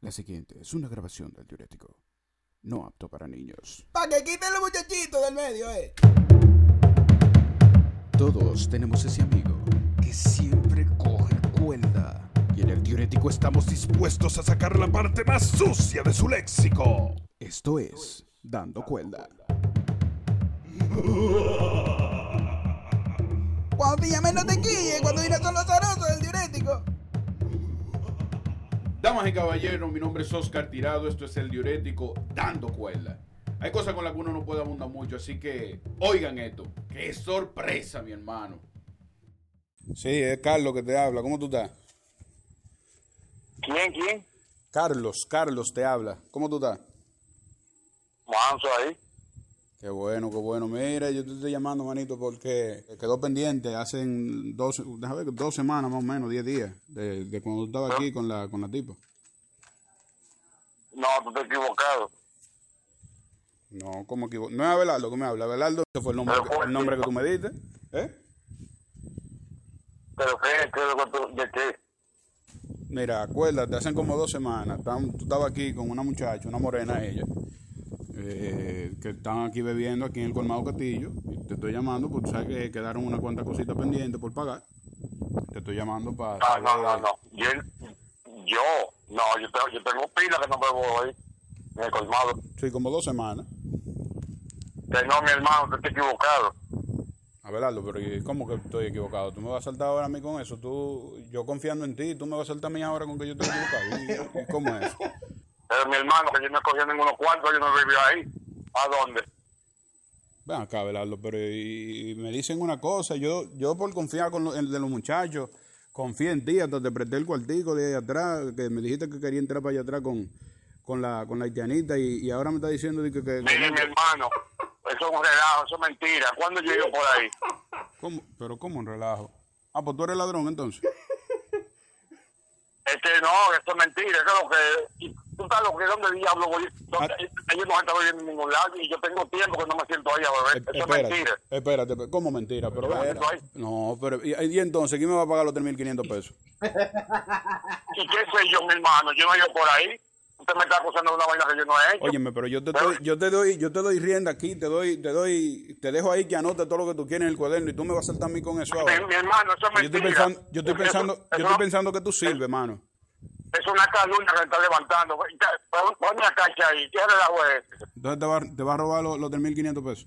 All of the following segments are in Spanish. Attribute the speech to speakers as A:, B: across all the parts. A: La siguiente es una grabación del diurético. No apto para niños.
B: Para que quiten los muchachitos del medio, eh.
A: Todos tenemos ese amigo que siempre coge cuerda. Y en el diurético estamos dispuestos a sacar la parte más sucia de su léxico. Esto es Dando Cuerda.
B: Cuando pilla menos te quille, cuando viene son los zarosos del diurético.
C: Damas y caballeros, mi nombre es Oscar Tirado, esto es el diurético dando cuerda. Hay cosas con las que uno no puede abundar mucho, así que oigan esto. ¡Qué sorpresa, mi hermano!
D: Sí, es Carlos que te habla. ¿Cómo tú estás?
E: ¿Quién, quién?
D: Carlos, Carlos te habla. ¿Cómo tú estás?
E: Manso ahí.
D: Qué bueno, qué bueno. Mira, yo te estoy llamando, manito, porque quedó pendiente hace dos, déjame ver, dos semanas más o menos, diez días, de, de cuando tú
E: Ah.
D: estabas aquí con la, con la tipa.
E: No, tú estás equivocado.
D: No, ¿cómo equivoco? No es Abelardo que me habla. Abelardo, ese fue el nombre, que- el nombre que tú me diste. ¿Eh?
E: ¿Pero qué? ¿Qué? ¿De, cuánto- de qué?
D: Mira, acuérdate, hacen como dos semanas, tam- tú estabas aquí con una muchacha, una morena ella, eh, que estaban aquí bebiendo aquí en el Colmado Castillo, y te estoy llamando porque tú sabes que quedaron unas cuantas cositas pendientes por pagar. Te estoy llamando para...
E: No, Ah, no, no, no. Yo, yo, no, yo tengo, yo tengo pila que no me voy ahí. Me he colmado.
D: Sí, como dos semanas.
E: Que no, mi hermano, tú estás equivocado.
D: Abelardo, pero ¿y ¿cómo que estoy equivocado? ¿Tú me vas a saltar ahora a mí con eso? tú Yo confiando en ti, tú me vas a saltar a mí ahora con que yo estoy equivocado. ¿Y- y ¿Cómo es eso?
E: Pero mi hermano, que yo no cogí ninguno cuarto, yo no vivía ahí. ¿A dónde?
D: Ven acá, Abelardo, pero y, y me dicen una cosa, yo, yo por confiar con lo- en- de los muchachos, confié en ti, hasta te presté el cuartico de allá atrás, que me dijiste que quería entrar para allá atrás con, con la con la haitianita y, y ahora me está diciendo de que... que-
E: Mire, mi hermano, eso es un relajo, eso es mentira. ¿Cuándo yo iba por ahí?
D: ¿Cómo? Pero ¿cómo un relajo? Ah, pues tú eres ladrón entonces.
E: Es que Este, no, eso es mentira, eso es lo que... y ¿Tú estás lo que dónde diablo voy?
D: Ah.
E: ¿Dónde- Ellos no están viviendo en ningún lado y yo tengo tiempo que no me siento ahí a beber.
D: E-
E: Eso es
D: espérate,
E: mentira.
D: espérate, pero ¿cómo mentira? Pero,
E: Espérate,
D: espera.
E: ahí.
D: no, pero y, y entonces, ¿quién me va a pagar los 3.500 pesos?
E: ¿Y qué sé yo, mi hermano? Yo no he ido por ahí. Usted me está acusando de una vaina que yo no he hecho.
D: Óyeme, pero yo te,
E: ¿Eh?
D: doy, yo te doy, yo te doy rienda aquí, te doy, te doy, te dejo ahí que anote todo lo que tú quieres en el cuaderno y tú me vas a saltar a mí con eso ahora.
E: mi, mi hermano, eso es
D: Yo estoy
E: mentira.
D: pensando, yo estoy
E: Eso-
D: pensando, yo
E: eso
D: estoy pensando que tú sirves, mano.
E: Es una calumnia que me está levantando. Pon pon una cacha ahí. ¿Qué relajo es este?
D: Entonces te va, te va a robar los, los 3.500 pesos.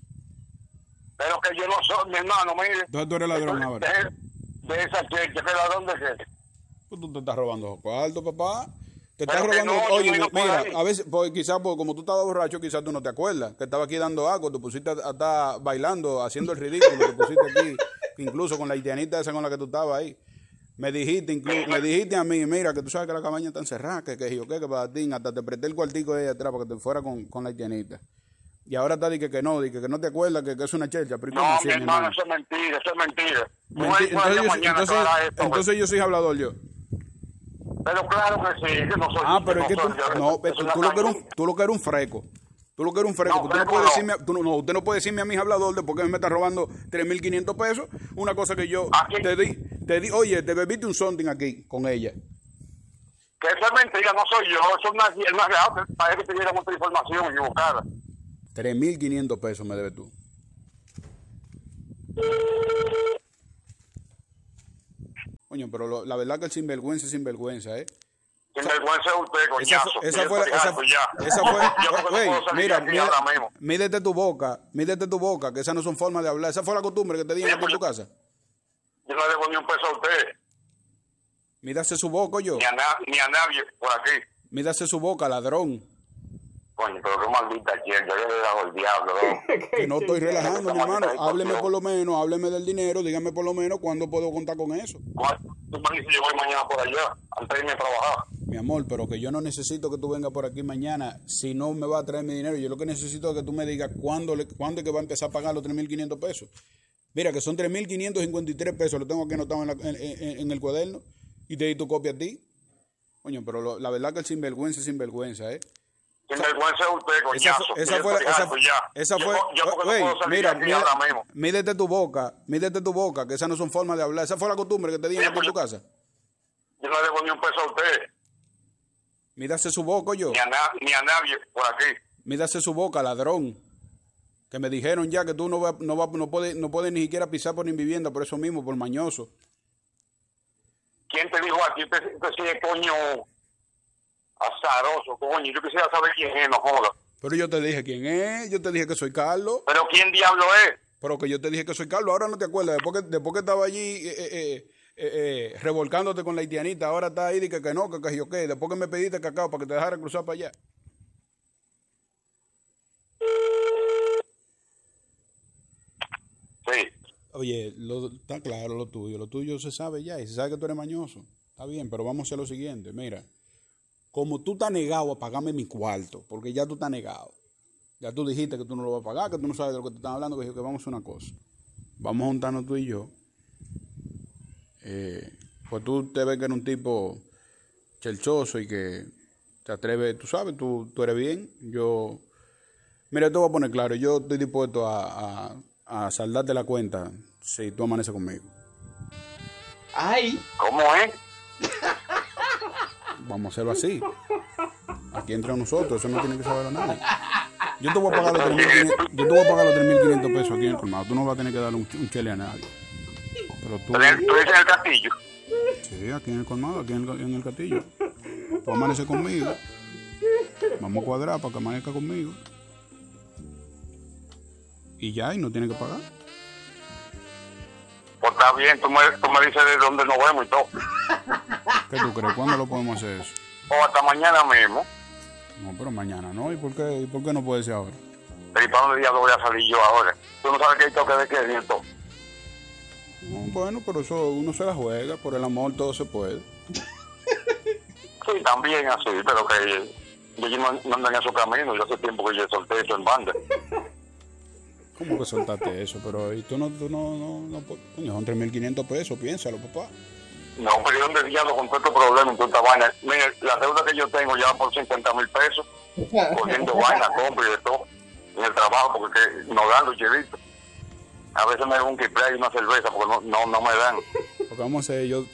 E: Pero que yo no soy, mi hermano, mire.
D: Entonces tú eres ladrón ahora.
E: De, de esa cheque, ¿qué ladrón de qué?
D: Pues tú te estás robando los cuartos, papá. Te estás
E: Pero que
D: robando.
E: no, yo
D: Oye,
E: no he ido por
D: mira,
E: ahí.
D: a veces, pues, quizás pues, como tú estabas borracho, quizás tú no te acuerdas. Que estaba aquí dando algo, te pusiste a a estar bailando, haciendo el ridículo, te pusiste aquí, incluso con la haitianita esa con la que tú estabas ahí. Me dijiste, inclu- me dijiste a mí, mira, que tú sabes que la cabaña está encerrada, que, que yo qué, que para ti, hasta te presté el cuartico de ella atrás para que te fuera con, con la haitianita. Y ahora está diciendo que, que no, dije que no te acuerdas, que, que es una chelcha. pero ¿y
E: No,
D: cómo así,
E: mi
D: mi
E: hermano,
D: hermano?
E: eso es mentira, eso es mentira. Voy a
D: Menti-
E: ir por allá
D: entonces, yo,
E: mañana a
D: entonces-
E: aclarar esto, pues. güey.
D: entonces yo soy hablador yo.
E: Pero claro que sí, yo no soy.
D: Ah, pero
E: yo
D: es que tú,
E: soy- yo-
D: no,
E: es
D: tú,
E: una
D: tú lo que eres un,
E: calumnia.
D: tú lo que eres un freco. Tú lo que eres un freco.
E: No,
D: tú no
E: freco
D: puedes
E: no.
D: decirme, a- tú no- no, usted no puede decirme a mis habladores de por qué me está robando 3.500 pesos. Una cosa que yo
E: Aquí.
D: te di, te di, oye, te bebiste un something aquí con ella.
E: Que eso es mentira, no soy yo, eso es una, es una real, parece que tuviera mucha información equivocada.
D: 3.500 pesos me debes tú. Coño, pero lo- la verdad que el sinvergüenza es sinvergüenza, ¿eh?
E: Sin vergüenza de usted,
D: Esa,
E: coñazo.
D: fu- esa
E: Y yo
D: fue la-
E: estoy
D: esa,
E: harto ya.
D: esa fue.
E: Yo porque no
D: Ey,
E: puedo salir de
D: mira,
E: aquí
D: mira,
E: ahora mismo.
D: mídete tu boca, mídete tu boca, que esa no son formas de hablar. Esa fue la costumbre que te dieron
E: Sí,
D: aquí en
E: pues-
D: tu casa.
E: Yo no le debo ni un peso a usted,
D: Mírase su boca, yo.
E: ni a, na- ni a nadie por aquí.
D: Mírase su boca, ladrón.
E: Coño, pero qué maldita gente, yo le dejo el diablo, ¿no?
D: Que no estoy relajando, mi
E: Estamos
D: hermano.
E: ahí, por
D: Hábleme
E: Dios.
D: por lo menos, hábleme del dinero, dígame por lo menos cuándo puedo contar con eso.
E: Tú me dices, yo voy mañana por allá, antes de irme a trabajar.
D: Mi amor, pero que yo no necesito que tú vengas por aquí mañana si no me vas a traer mi dinero. Yo lo que necesito es que tú me digas cuándo, le- cuándo es que va a empezar a pagar los 3.500 pesos. Mira, que son 3.553 pesos, lo tengo aquí anotado en, la- en- en- en el cuaderno y te di tu copia a ti. Coño, pero lo- la verdad que el sinvergüenza es sinvergüenza, ¿eh?
E: Sin vergüenza de usted,
D: Esa
E: coñazo.
D: fue, esa
E: Yo
D: fue,
E: estoy
D: esa,
E: harto ya.
D: esa
E: Yo
D: fue,
E: no- Yo porque
D: Ey,
E: no puedo salir
D: mira,
E: de aquí
D: mira,
E: ahora mismo.
D: mídete tu boca, mídete tu boca, que esa no son formas de hablar, esa fue la costumbre que te dieron
E: Mira,
D: aquí en
E: pues
D: tu
E: yo-
D: casa.
E: Yo no le debo ni un peso a usted.
D: Mídase su boca, yo.
E: ni a, na- ni a nadie por aquí.
D: Mídase su boca, ladrón. Que me dijeron ya que tú no, va- no, va- no puedes no puedes ni siquiera pisar por mi vivienda, por eso mismo, por mañoso.
E: ¿Quién te dijo a ti? Usted usted sí es coño azaroso, coño. Yo quisiera saber quién es, no joda.
D: Pero yo te dije quién es, yo te dije que soy Carlos,
E: Pero ¿quién diablo es?
D: pero que yo te dije que soy Carlos, ahora no te acuerdas, después que, después que estaba allí eh, eh, eh, eh, eh, revolcándote con la haitianita, ahora está ahí, dije que, que no, que, que yo qué, después que me pediste cacao para que te dejara cruzar para allá.
E: Sí.
D: Oye, lo- está claro lo tuyo, lo tuyo se sabe ya y se sabe que tú eres mañoso. Está bien, pero vamos a hacer lo siguiente. Mira, como tú estás negado a pagarme mi cuarto, porque ya tú estás negado, ya tú dijiste que tú no lo vas a pagar, que tú no sabes de lo que te están hablando, que, yo- que vamos a hacer una cosa. Vamos a juntarnos tú y yo. Eh, pues tú te ves que eres un tipo chelchoso y que te atreves, tú sabes, tú, tú eres bien. Yo Mira, te voy a poner claro, yo estoy dispuesto a, a, a saldarte la cuenta si tú amaneces conmigo.
F: Ay,
E: ¿Cómo es?
D: Vamos a hacerlo así. Aquí entre nosotros, eso no tiene que saberlo nadie. Yo te voy a pagar los 3.500 yo te voy a pagar los 3.500 pesos aquí en el colmado. Tú no vas a tener que darle un, ch- un chele a nadie. Pero tú,
E: ¿Tú dices el castillo?
D: sí, aquí en el colmado, aquí en el, en el castillo. Tú amaneces conmigo. Vamos a cuadrar para que amanezca conmigo. Y ya, y no tiene que pagar.
E: Pues está bien, tú me, tú me dices de dónde nos vemos y todo.
D: ¿Qué tú crees? ¿Cuándo lo podemos hacer eso?
E: O hasta mañana mismo.
D: No, pero mañana no. ¿Y por qué, y por qué no puede ser ahora?
E: Pero ¿y para dónde diablo voy a salir yo ahora? Tú no sabes que hay toque de queda y de todo.
D: No, Mm, bueno, pero eso uno se la juega. Por el amor todo se puede.
E: Sí, también así, pero que yo, yo no, no ando en esos caminos. Yo hace tiempo que yo solté eso en banda.
D: ¿Cómo que soltaste eso? Pero y tú no, tú no, no, no pu- coño, son 3.500 pesos. Piénsalo, papá.
E: No, pero yo ando diablo con todo este problema y toda esta vaina. Mire, la deuda que yo tengo ya va por 50 mil pesos, cogiendo vaina, compra y de todo, en el trabajo, porque que- no dan los chelitos. A veces me dan un quiplay y una cerveza porque no, no, no me dan.
D: Lo que vamos a hacer, yo.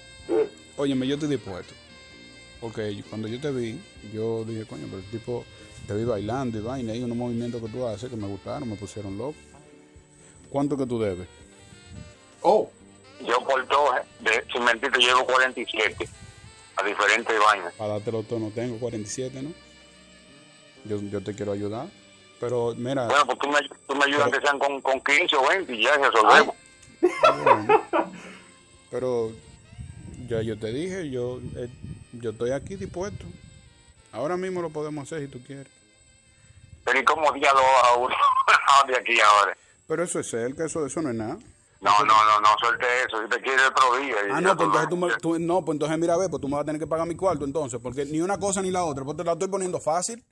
D: Óyeme, yo estoy dispuesto. Porque yo- cuando yo te vi, yo dije, coño, pero el tipo te vi bailando y vaina. Y unos movimientos que tú haces que me gustaron, me pusieron loco. ¿Cuánto que tú debes?
F: oh,
E: Yo por todo, de, sin mentirte, llevo 47 a diferentes vainas.
D: Para dártelo todo no tengo, 47, ¿no? Yo, yo te quiero ayudar. Pero mira,
E: Bueno, pues tú me, tú me ayudas que sean con, con 15 o 20 y ya resolvemos.
D: pero ya yo te dije, yo, eh, yo estoy aquí dispuesto. Ahora mismo lo podemos hacer si tú quieres.
E: Pero ¿y cómo diablo a uno Ah, de aquí ahora?
D: Pero eso es cerca, eso, eso no es nada.
E: No, no, no, no, suelte eso. Si te quiere otro día. y ya
D: Ah, no, pues entonces
E: lo-
D: tú, me- tú- no, pues entonces mira, ve, pues tú me vas a tener que pagar mi cuarto entonces, porque ni una cosa ni la otra, pues te la estoy poniendo fácil.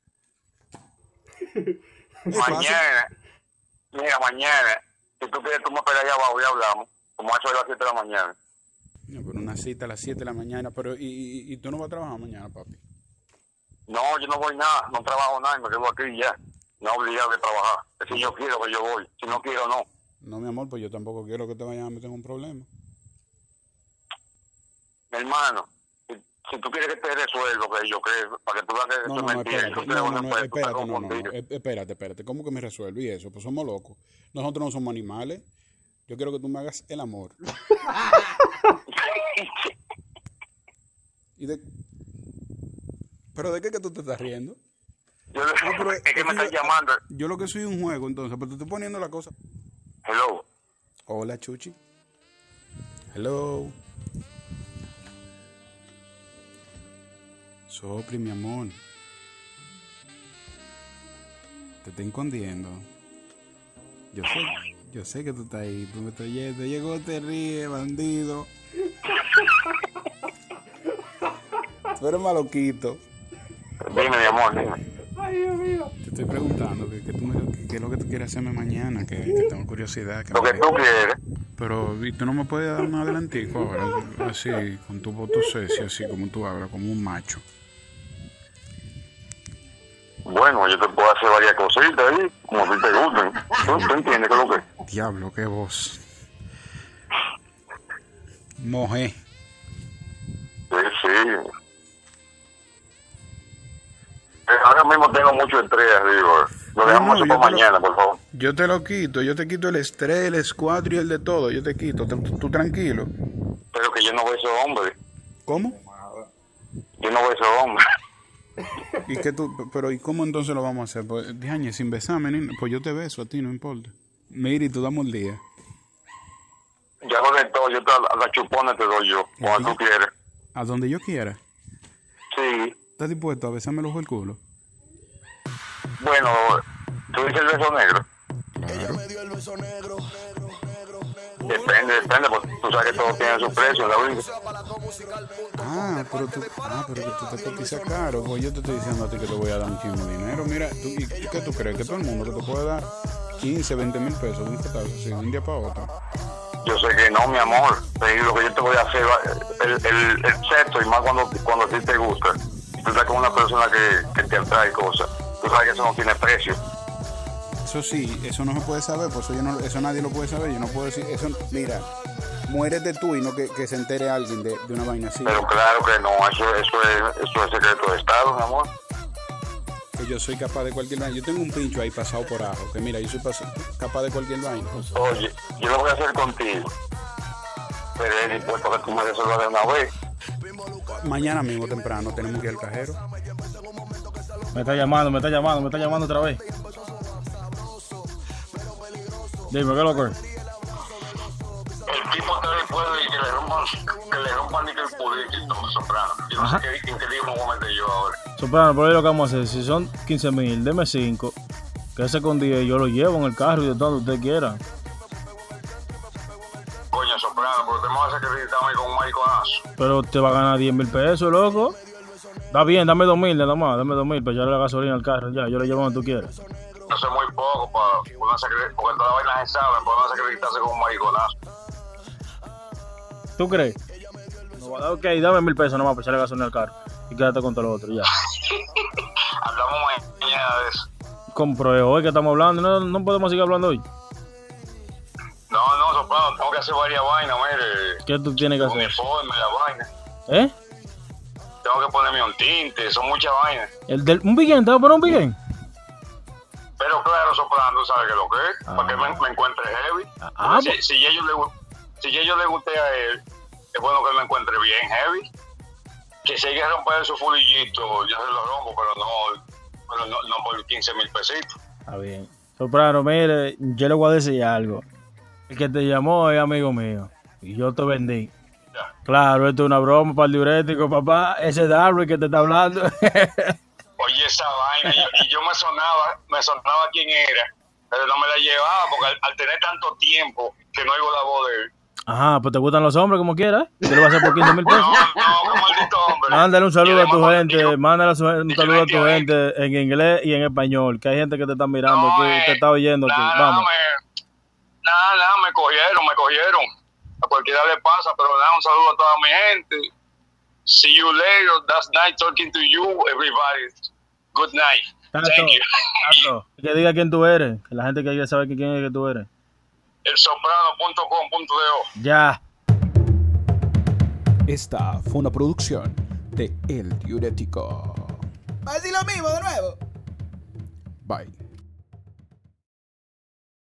D: Es fácil.
E: Mañana, mira, mañana, si tú quieres, tú me esperas allá abajo y hablamos. Como a eso de las 7 de la mañana.
D: No, pero una cita a las 7 de la mañana, pero y, y- y tú no vas a trabajar mañana, papi.
E: No, yo no voy nada, no trabajo nada y me quedo aquí ya. No obligado de trabajar. Si yo quiero, que yo voy. Si no quiero, no.
D: No, mi amor, pues yo tampoco quiero que te vayas a meter en un problema.
E: Mi hermano, si, si tú quieres que te resuelva, que yo creo, para que tú veas que
D: No,
E: tú
D: no,
E: me
D: no,
E: entiendes.
D: espérate,
E: tú eres
D: no,
E: una
D: no, no,
E: persona, tú estás
D: espérate, no, no, no,
E: confundida.
D: e- espérate, espérate, ¿cómo que me resuelve eso? Pues somos locos, nosotros no somos animales, yo quiero que tú me hagas el amor. ¿Y de... ¿Pero de qué que tú te estás riendo?
E: Yo-
D: pero
E: es que me
D: es que
E: están
D: yo-
E: llamando.
D: Yo lo que soy un juego entonces, pero te estoy poniendo la cosa.
E: Hello.
D: Hola, Chuchi. Hello. Sopli, mi amor. Te estoy escondiendo. Yo sé, yo sé que tú estás ahí. Tú me estás yendo. Llegó, te ríe, bandido. Tú eres maloquito.
E: Dime, mi amor, dime.
F: ay, Dios mío.
D: Te estoy preguntando qué que tú me- que- que es lo que tú quieres hacerme mañana, que, que tengo curiosidad. Que
E: Lo
D: me-
E: que tú quieres.
D: Pero, ¿y tú no me puedes dar un adelantico ahora? Así, con tu voto sexy, así como tú hablas, como un macho.
E: Bueno, yo te puedo hacer varias cositas ahí, como si te gusten. ¿Tú, tú entiendes qué es lo que es?
D: Diablo, qué voz. Mojé.
E: Sí, sí. Eh, ahora mismo tengo mucho estrés, digo. Lo dejamos
D: no,
E: eso para
D: yo te lo-
E: mañana, por favor.
D: Yo te lo quito, yo te quito el estrés, el escuadro y el de todo, yo te quito, tú, tú tranquilo.
E: Pero que yo no veo ese hombre.
D: ¿Cómo?
E: Yo no veo ese hombre.
D: ¿Y qué tú, pero ¿y cómo entonces lo vamos a hacer? Pues, diañe, sin besarme, ni- pues yo te beso a ti, no importa. Mira, y tú damos el día.
E: Ya lo de todo, yo te, la chupona te doy yo, cuando tú quieres.
D: A donde yo quiera.
E: Sí,
D: ¿Estás dispuesto a besarme los ojos del culo?
E: bueno, tú dices el beso negro. Depende, depende, porque tú sabes que todo tiene su precio, la vida.
D: Ah, pero tú, ah, pero que tú te cotizas caro. Pues yo te estoy diciendo a ti que te voy a dar un chingo de dinero. Mira, tú, ¿y qué tú crees? Que todo el mundo que te puede dar 15, 20 mil pesos de un cotazo, así, de un día para otro.
E: Yo sé que no, mi amor, pero lo que yo te voy a hacer, va- el, el, el sexo, y más cuando, cuando a ti te gusta, y tú estás con una persona que, que te atrae cosas, tú sabes que eso no tiene precio.
D: Eso sí, eso no se puede saber, por eso yo no, eso nadie lo puede saber. Yo no puedo decir, eso, mira, muérete tú y no que, que se entere alguien de, de una vaina así.
E: Pero claro que no, eso, eso, es, eso es secreto de Estado, mi amor.
D: Que yo soy capaz de cualquier vaina. Yo tengo un pincho ahí pasado por ajo, que mira, yo soy pas- capaz de cualquier vaina.
E: Oye, yo lo voy a hacer contigo, pero es dispuesto a que tú me resuelvas de una vez.
D: Mañana mismo temprano tenemos que ir al cajero.
G: Me está llamando, me está llamando, me está llamando otra vez. Dime, ¿qué loco?
E: El tipo está después de que le rompan, que le rompan ni que el pudiste, soprano. Yo no sé qué, en qué digo momento yo ahora.
G: Soprano, por ahí lo que vamos a hacer, si son 15 mil, deme 5. Que ese con 10 yo lo llevo en el carro y de donde usted quiera.
E: Coño, soprano, pero te me vas a acreditar ahí con un mariconazo.
G: Pero te va a ganar 10 mil pesos, loco. Está bien, dame 2 mil nada más, dame 2 mil para echarle la gasolina al carro, ya, yo lo llevo donde tú quieras.
E: No sé muy poco, pa, porque, sacri- porque toda la vaina se sabe, pero no acreditarse con un mariconazo.
G: ¿Tú crees? No, ok, dame mil pesos nada más para echarle gasolina al carro y quédate con todo lo otro, ya.
E: Hablamos mañana de eso.
G: Compré hoy que estamos hablando, no, no podemos seguir hablando hoy.
E: No, no, soprano, tengo que hacer varias vainas, mire.
G: ¿Qué tú tienes que hacer?
E: Uniforme, la vaina.
G: ¿Eh?
E: Tengo que ponerme un tinte, son muchas vainas.
G: ¿El del, ¿Un weekend? ¿Te vas a poner un weekend?
E: Pero claro, soprano, ¿sabes qué es lo que es? Para que me, me encuentre heavy.
G: ah,
E: si,
G: pues-
E: si ya yo le, gu- si ya yo le guste a él, es bueno que me encuentre bien heavy. Que si hay que romper su fulillito, yo se lo rompo, pero no, pero no, no por 15 mil pesitos.
G: Está bien. Soprano, mire, yo le voy a decir algo. El que te llamó es amigo mío. Y yo te vendí. Claro, esto es una broma para el diurético, papá. Ese es Darwin que te está hablando.
E: Oye, esa vaina, yo- y yo me sonaba, me sonaba quién era, pero no me la llevaba, porque al, al tener tanto tiempo que no oigo la voz de él.
G: Ajá, pues te gustan los hombres como quieras. Yo le voy a hacer por 15 mil pesos.
E: No, qué maldito hombre.
G: Mándale un saludo a tu gente. Mándale a su- un saludo a tu gente en inglés y en español. Que hay gente que te está mirando aquí,
E: eh,
G: te está oyendo aquí. Vamos.
E: Nada, nada, me cogieron, me cogieron. A cualquiera le pasa, pero nada, un saludo a toda mi gente. See you later. That's night talking to you, everybody. Good night.
G: Tato,
E: Thank you.
G: Tato, que diga quién tú eres. Que la gente que quiere saber que quién es que tú eres.
E: El soprano.com.do.
G: Ya.
A: Esta fue una producción de El Diurético.
B: Va a decir lo mismo de nuevo.
A: Bye.